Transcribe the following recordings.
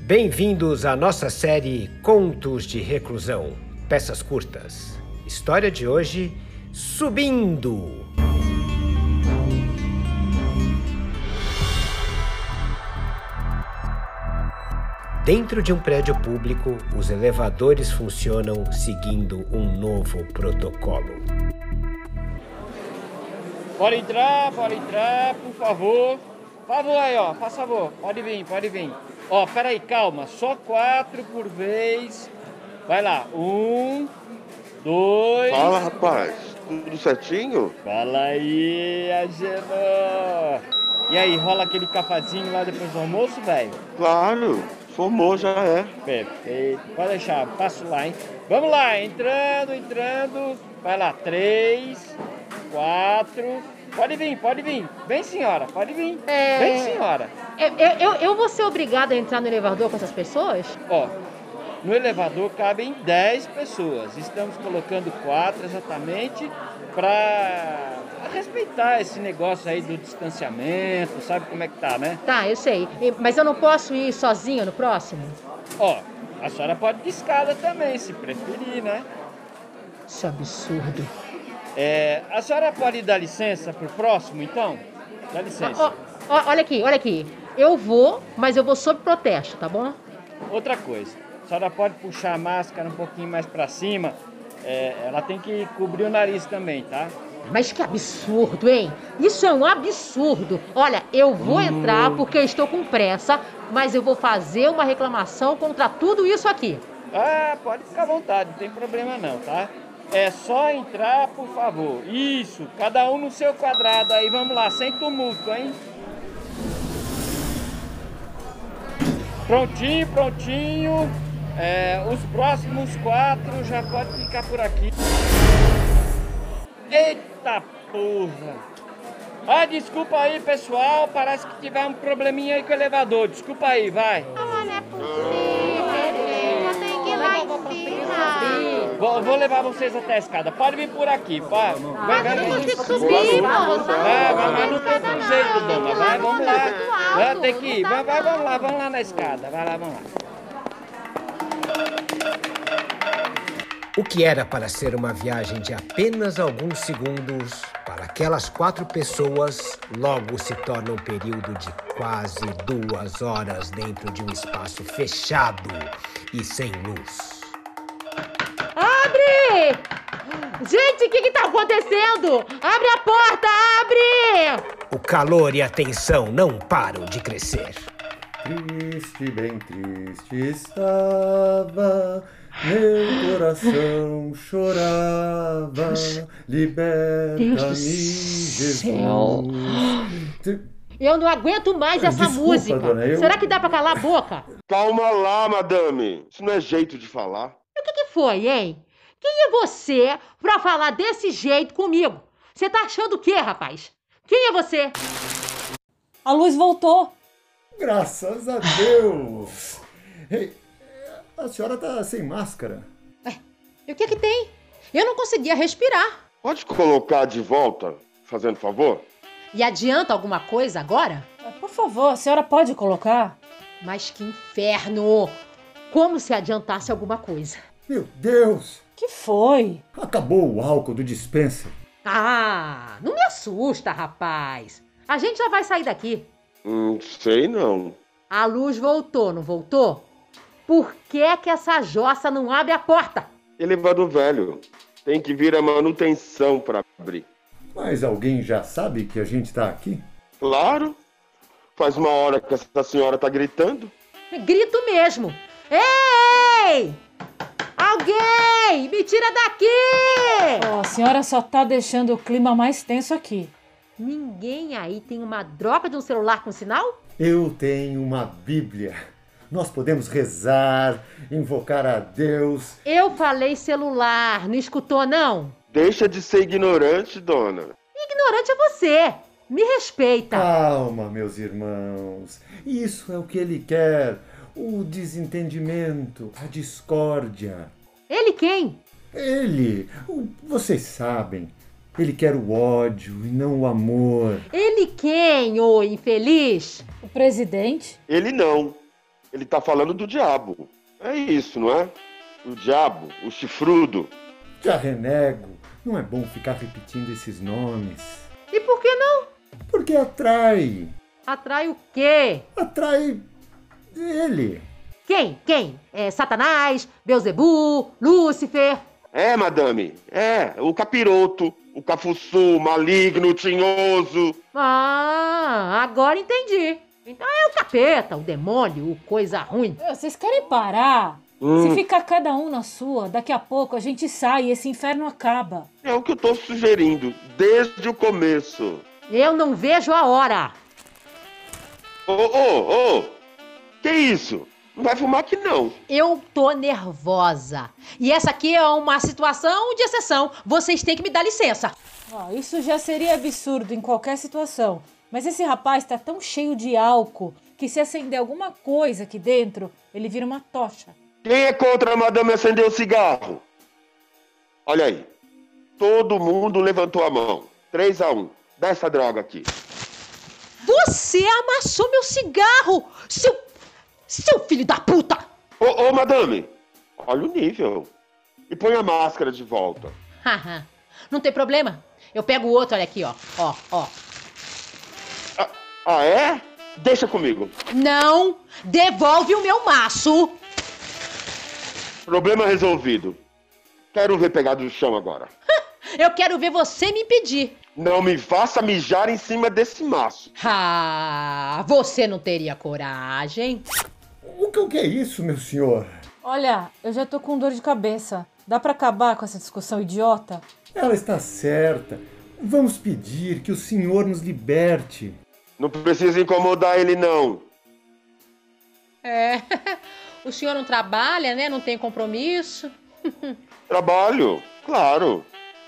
Bem-vindos à nossa série Contos de Reclusão, peças curtas. História de hoje: Subindo. Dentro de um prédio público, os elevadores funcionam seguindo um novo protocolo. Pode entrar, pode entrar, por favor. Por favor aí, ó, faz favor. Pode vir, pode vir. Ó, peraí, calma. Só quatro por vez. Vai lá. Um, dois. Fala, rapaz. Tudo certinho? Fala aí, Agenor. E aí, rola aquele cafazinho lá depois do almoço, velho? Claro. Formou já é. Perfeito. Pode deixar, passo lá, hein? Vamos lá, entrando, entrando. Vai lá, três, quatro. Pode vir, pode vir. Vem, senhora, pode vir. É. Vem, senhora. Eu, É, eu, eu vou ser obrigada a entrar no elevador com essas pessoas? Ó, no elevador cabem 10 pessoas. Estamos colocando quatro exatamente para respeitar esse negócio aí do distanciamento, sabe como é que tá, né? Tá, eu sei. E- Mas eu não posso ir sozinha no próximo? Ó, a senhora pode ir de escada também, se preferir, né? Isso é absurdo. É, a senhora pode dar licença pro próximo, então? Dá Ó, licença. ó, olha aqui, olha aqui. Eu vou, mas eu vou sob protesto, tá bom? Outra coisa, a senhora pode puxar a máscara um pouquinho mais para cima. É, ela tem que cobrir o nariz também, tá? Mas que absurdo, hein? Isso é um absurdo. Olha, eu vou entrar porque eu estou com pressa, mas eu vou fazer uma reclamação contra tudo isso aqui. Ah, pode ficar à vontade, não tem problema não, tá? É só entrar, por favor. Isso, cada um no seu quadrado aí, vamos lá, sem tumulto, hein? Prontinho, prontinho. É, os próximos quatro já pode ficar por aqui. Eita porra! Ah, desculpa aí, pessoal. Parece que tiver um probleminha aí com o elevador. Desculpa aí, vai. Vou, vou levar vocês até a escada. Pode vir por aqui, pá. Vai, vai, vai. subir, Vai, vai, mas não tem um jeito, dona. Vai, vamos lá. Vai, tem que ir. Vai, vai, vamos lá, vamos lá na escada. Vai lá, vamos lá. O que era para ser uma viagem de apenas alguns segundos, para aquelas quatro pessoas, logo se torna um período de quase duas horas dentro de um espaço fechado e sem luz. Abre! Gente, o que que tá acontecendo? Abre a porta, abre! O calor e a tensão não param de crescer. Triste, bem triste estava, meu coração chorava, liberta-me, Jesus. Tr- Eu não aguento mais essa Desculpa, música. dona, eu- Será que dá pra calar a boca? O Calma lá, madame. Isso não é jeito de falar. que foi, hein? Quem é você pra falar desse jeito comigo? Você tá achando o quê, rapaz? Quem é você? A luz voltou. Graças a Deus! Ei, a senhora tá sem máscara. E o que que tem? Eu não conseguia respirar. Pode colocar de volta, fazendo favor? E adianta alguma coisa agora? Por favor, a senhora pode colocar? Mas que inferno! Como se adiantasse alguma coisa. Meu Deus! Que foi? Acabou o álcool do dispenser. Ah, não me assusta, rapaz. A gente já vai sair daqui. Hum, sei não. A luz voltou, não voltou? Por que que essa jossa não abre a porta? Elevador é velho. Tem que vir a manutenção pra abrir. Mas alguém já sabe que a gente tá aqui? Claro. Faz uma hora que essa senhora tá gritando. É Grito mesmo. Ei! Alguém! Me tira daqui! Ó, a senhora só tá deixando o clima mais tenso aqui. Ninguém aí tem uma droga de um celular com sinal? Eu tenho uma Bíblia. Nós podemos rezar, invocar a Deus. Eu falei celular, não escutou não? Deixa de ser ignorante, dona. Ignorante é você. Me respeita. Calma, meus irmãos. Isso é o que ele quer: o desentendimento, a discórdia. Ele quem? Ele, o- vocês sabem, ele quer o ódio e não o amor. Ele quem, ô infeliz? O presidente? Ele não. Ele tá falando do diabo. É isso, não é? O diabo, o chifrudo. Já renego. Não é bom ficar repetindo esses nomes. E por que não? Porque atrai. Atrai o quê? Atrai ele. Quem? Quem? É Satanás, Beuzebu, Lúcifer. É, madame. É, o capiroto, o cafuçu, maligno, tinhoso. Ah, agora entendi. Então é o capeta, o demônio, o coisa ruim. Ô, Vocês querem parar? Se Hum, ficar cada um na sua, daqui a pouco a gente sai e esse inferno acaba. é o que eu tô sugerindo desde o começo. Eu não vejo a hora. Ô, ô, ô! Que isso? Não vai fumar aqui não. Eu tô nervosa. E essa aqui é uma situação de exceção. Vocês têm que me dar licença. Ó, isso já seria absurdo em qualquer situação. Mas esse rapaz tá tão cheio de álcool que se acender alguma coisa aqui dentro, ele vira uma tocha. Quem é contra a madame acender o cigarro? Olha aí. Todo mundo levantou a mão. 3 a 1 Dá essa droga aqui. Você amassou meu cigarro, seu. seu filho da puta! Ô, ô, madame! Olha o nível. E põe a máscara de volta. Haha. não tem problema. Eu pego o outro, olha aqui, ó. Ó, ó. Ah, ah, é? Deixa comigo. Não devolve o meu maço! Problema resolvido. Quero ver pegar do chão agora. Eu quero ver você me impedir. Não me faça mijar em cima desse maço. Ah, você não teria coragem. O que, o que é isso, meu senhor? Olha, eu já tô com dor de cabeça. Dá pra acabar com essa discussão idiota? Ela está certa. Vamos pedir que o senhor nos liberte. Não precisa incomodar ele, não. É. O senhor não trabalha, né? Não tem compromisso. Trabalho, claro.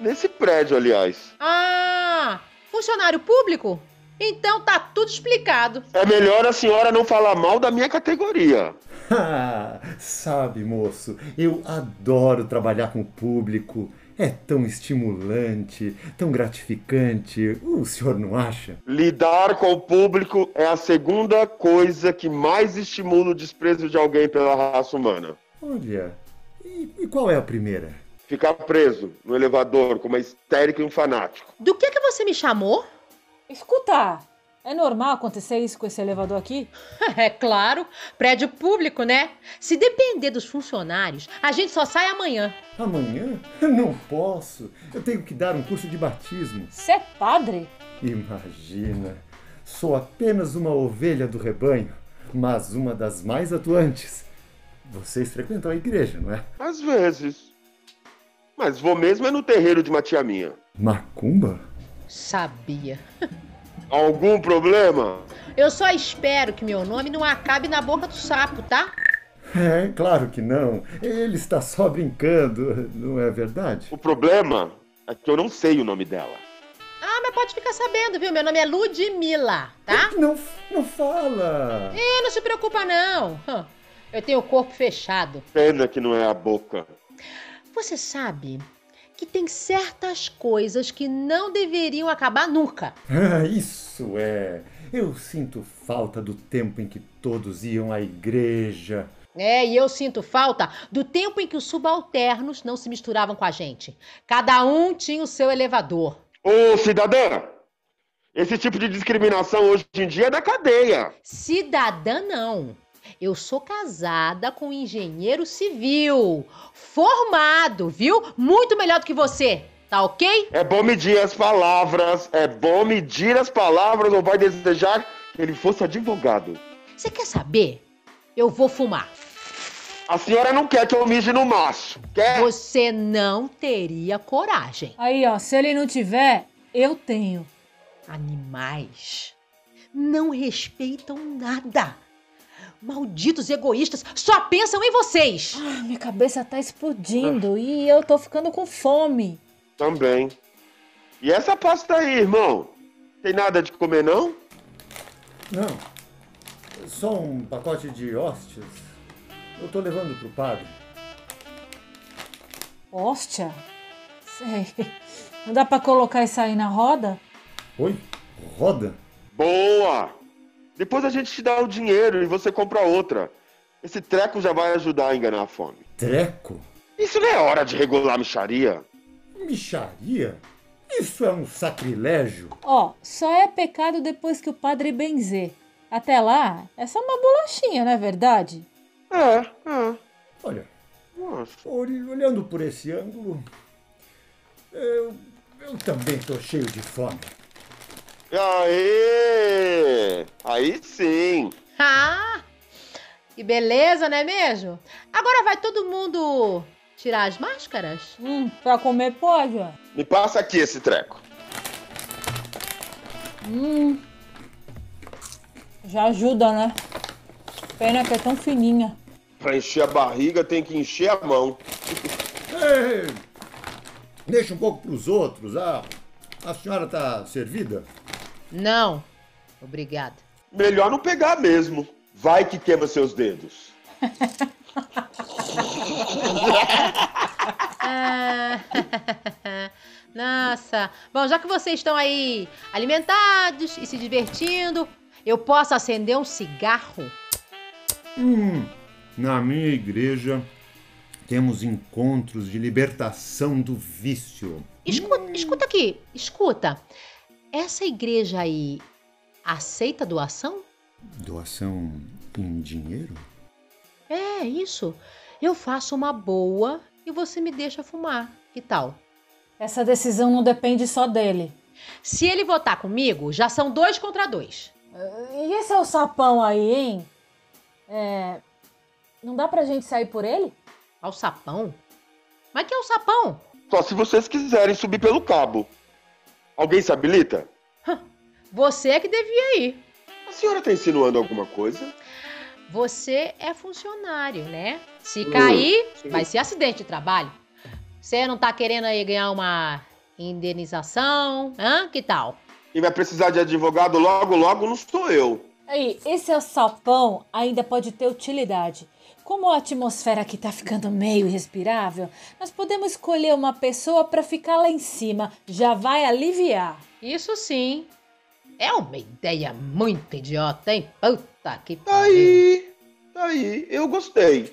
Nesse prédio, aliás. Ah, funcionário público? Então tá tudo explicado. É melhor a senhora não falar mal da minha categoria. Ah, sabe, moço, eu adoro trabalhar com o público. É tão estimulante, tão gratificante. O senhor não acha? Lidar com o público é a segunda coisa que mais estimula o desprezo de alguém pela raça humana. Olha, e, e qual é a primeira? Ficar preso no elevador com uma histérica e um fanático. Do que que você me chamou? Escuta, é normal acontecer isso com esse elevador aqui? É claro, prédio público, né? Se depender dos funcionários, a gente só sai amanhã. Amanhã? Não posso. Eu tenho que dar um curso de batismo. Você é padre? Imagina, sou apenas uma ovelha do rebanho, mas uma das mais atuantes. Vocês frequentam a igreja, não é? Às vezes. Mas vou mesmo é no terreiro de uma tia minha. Macumba? Sabia. Algum problema? Eu só espero que meu nome não acabe na boca do sapo, tá? É, claro que não. Ele está só brincando, não é verdade? O problema é que eu não sei o nome dela. Ah, mas pode ficar sabendo, viu? Meu nome é Ludmilla, tá? Não, não fala! E É, não se preocupa, não. Hã, Eu tenho o corpo fechado. Pena que não é a boca. Você sabe que tem certas coisas que não deveriam acabar nunca. Ah, isso é! Eu sinto falta do tempo em que todos iam à igreja. É, e eu sinto falta do tempo em que os subalternos não se misturavam com a gente. Cada um tinha o seu elevador. Ô, cidadã! Esse tipo de discriminação hoje em dia é da cadeia. Cidadã, não. Eu sou casada com um engenheiro civil, formado, viu? Muito melhor do que você, tá ok? É bom medir as palavras, é bom medir as palavras ou vai desejar que ele fosse advogado. Você quer saber? Eu vou fumar. A senhora não quer que eu mije no macho, É. quer? Você não teria coragem. Aí, ó, se ele não tiver, eu tenho. Animais não respeitam nada. Malditos egoístas só pensam em vocês. Ah, minha cabeça tá explodindo e eu tô ficando com fome. Também. E essa pasta aí, irmão? Tem nada de comer, não? Não, só um pacote de hóstias. Eu tô levando pro padre. Hóstia? Sei. Não dá pra colocar isso aí na roda? Oi? Roda? Boa! Depois a gente te dá o dinheiro e você compra outra. Esse treco já vai ajudar a enganar a fome. Treco? Isso não é hora de regular a micharia. Micharia? Isso é um sacrilégio. Ó, só é pecado depois que o padre benzer. Até lá, é só uma bolachinha, não é verdade? É, é. Olha, Nossa. ori- olhando por esse ângulo, eu, eu também tô cheio de fome. Aê! Aí sim. Ah, que beleza, não é mesmo? Agora vai todo mundo tirar as máscaras? Hum, pra comer pode, ó. Me passa aqui esse treco. Já ajuda, né? Pena que é tão fininha. Pra encher a barriga tem que encher a mão. Ei, deixa um pouco pros outros. A, a senhora tá servida? Não. Obrigada. Melhor não pegar mesmo. Vai que queima seus dedos. Ah, Nossa. Bom, já que vocês estão aí alimentados e se divertindo, eu posso acender um cigarro? Na minha igreja temos encontros de libertação do vício. Escuta, Hum. escuta aqui, escuta. Essa igreja aí aceita doação? Doação em dinheiro? É isso. Eu faço uma boa e você me deixa fumar. Que tal? Essa decisão não depende só dele. Se ele votar comigo, já são dois contra dois. E esse é o sapão aí, hein? É. Não dá pra gente sair por ele? Ao sapão? Mas que é o sapão? Só se vocês quiserem subir pelo cabo. Alguém se habilita? Você é que devia ir. A senhora tá insinuando alguma coisa? Você é funcionário, né? Se Hum, cair, sim. vai ser acidente de trabalho. Você não tá querendo aí ganhar uma indenização? Hã? Que tal? Quem vai precisar de advogado logo, logo não sou eu. Aí, esse é o sapão ainda pode ter utilidade. Como a atmosfera aqui tá ficando meio irrespirável, nós podemos escolher uma pessoa pra ficar lá em cima. Já vai aliviar. Isso sim. É uma ideia muito idiota, hein? Puta que Tá pariu. aí. Tá aí. Eu gostei.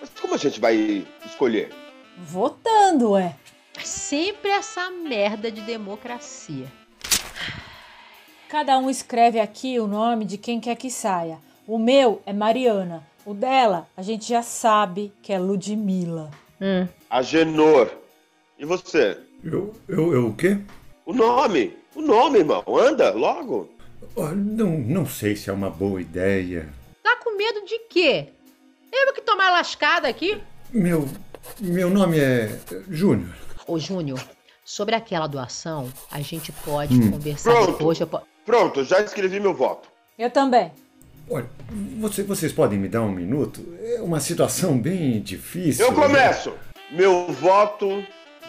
Mas como a gente vai escolher? Votando, ué. Sempre essa merda de democracia. Cada um escreve aqui o nome de quem quer que saia. O meu é Mariana. O dela, a gente já sabe que é Ludmilla. Hum. Agenor. E você? Eu, eu, eu o quê? O nome? O nome, irmão. Anda, logo. Olha, não, não sei se é uma boa ideia. Tá com medo de quê? Eu que tomar lascada aqui? Meu, meu nome é Júnior. Ô, Júnior, sobre aquela doação, a gente pode conversar Hum. Pronto. depois. Eu po- Pronto, já escrevi meu voto. Eu também. Olha, você- vocês podem me dar um minuto? É uma situação bem difícil. né? Eu começo. Meu voto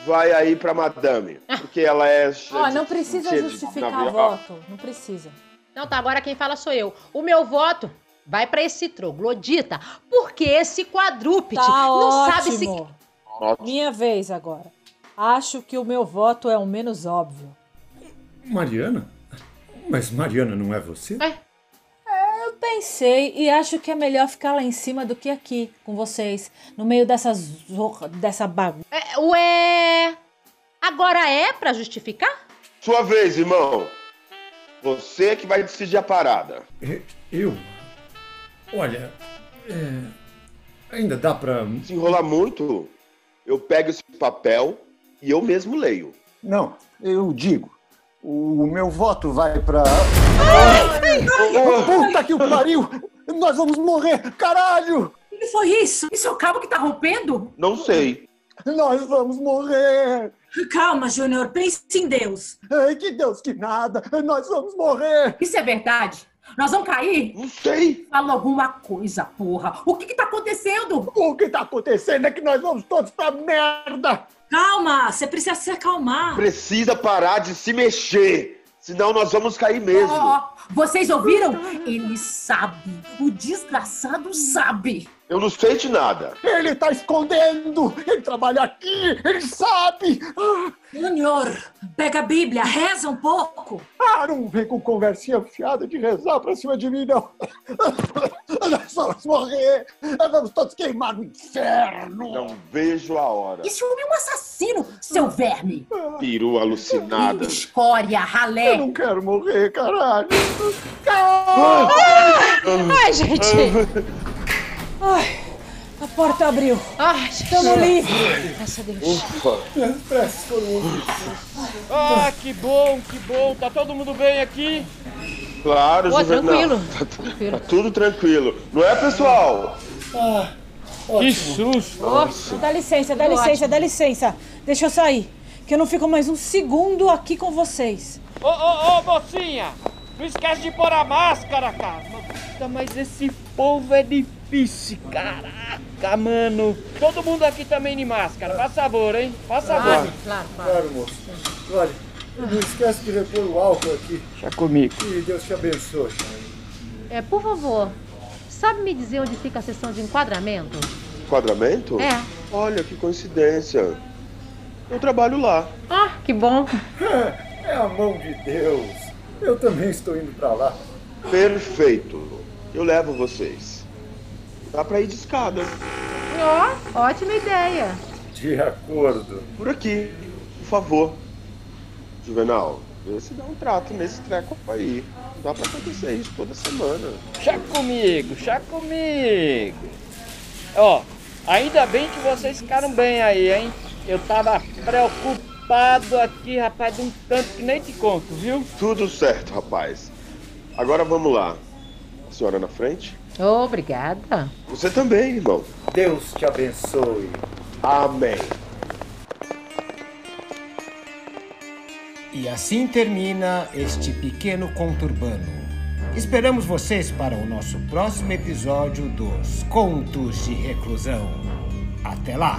vai aí pra madame. Porque ela é. Ah. Ó, não precisa justificar voto. Não precisa. Não, tá, agora quem fala sou eu. O meu voto vai pra esse troglodita, porque esse quadrúpede Tá não sabe se... ótimo. Minha vez agora. Acho que o meu voto é o menos óbvio. Mariana? Mas Mariana não é você? É, Eu pensei e acho que é melhor ficar lá em cima do que aqui com vocês, no meio dessa zorra, dessa bagunça. é, ué... Agora é pra justificar? Sua vez, irmão. Você que vai decidir a parada. E- É Eu? Olha, é, ainda dá pra. Se enrolar muito, eu pego esse papel e eu mesmo leio. Não, eu digo. O meu voto vai pra. Ô, Puta que o pariu! Nós vamos morrer! Caralho! O que foi isso? Isso é o cabo que tá rompendo? Hum. não sei. Nós vamos morrer! Calma, Júnior, pense em Deus. Ai, que Deus que nada! Nós vamos morrer! Isso é verdade? Nós vamos cair? Não sei. Fala alguma coisa, porra. O que que tá acontecendo? O que tá acontecendo é que nós vamos todos pra merda! Calma, você precisa se acalmar. Precisa parar de se mexer. Senão nós vamos cair Ó, mesmo. ó, vocês ouviram? Ele sabe. O desgraçado sabe. Eu não sei de nada. Ele tá escondendo! Ele trabalha aqui! Ele sabe! Júnior, pega a Bíblia, reza um pouco. Ah, não vem com conversinha fiada de rezar pra cima de mim, não! Nós vamos morrer! Nós vamos todos queimar no inferno! Não vejo a hora. Esse homem é um assassino, seu verme. Peru alucinada. Escória, Eu ralé. não quero morrer, caralho! Ai, gente! Ai, a porta abriu. Ai, Estamos livres. Graças a Deus. Ah, que bom, que bom. Tá todo mundo bem aqui? Claro, Pô, Juvenal. tranquilo. Tá, tá- tá tudo tranquilo. Não é, pessoal? Que susto. Dá licença, dá licença, dá licença. Deixa eu sair, que eu não fico mais um segundo aqui com vocês. Ô, ô, ô, mocinha. Não esquece de pôr a máscara, cara. Mas, puta, mas esse povo é difícil, caraca, mano. Todo mundo aqui também de máscara. Faz favor, hein? Faz favor. Claro, claro. Claro, moço. Olha, não esquece de repor o álcool aqui. Deixa comigo. E Deus te abençoe. É, por favor, sabe me dizer onde fica a sessão de enquadramento? Enquadramento? É. Olha, que coincidência. Eu trabalho lá. Ah, que bom. É a mão de Deus. Eu também estou indo pra lá. Perfeito. Eu levo vocês. Dá pra ir de escada. Ó, ótima ideia. De acordo. Por aqui, por favor. Juvenal, vê se dá um trato nesse treco aí. Não dá pra acontecer isso toda semana. Chá comigo, chá comigo. Ó, ainda bem que vocês ficaram bem aí, hein? Eu tava preocupado aqui, rapaz, de um tanto que nem te conto, viu? Tudo certo, rapaz. Agora vamos lá. A senhora na frente? obrigada. Você também, irmão. Deus te abençoe. Amém. E assim termina este pequeno conto urbano. Esperamos vocês para o nosso próximo episódio dos Contos de Reclusão. Até lá!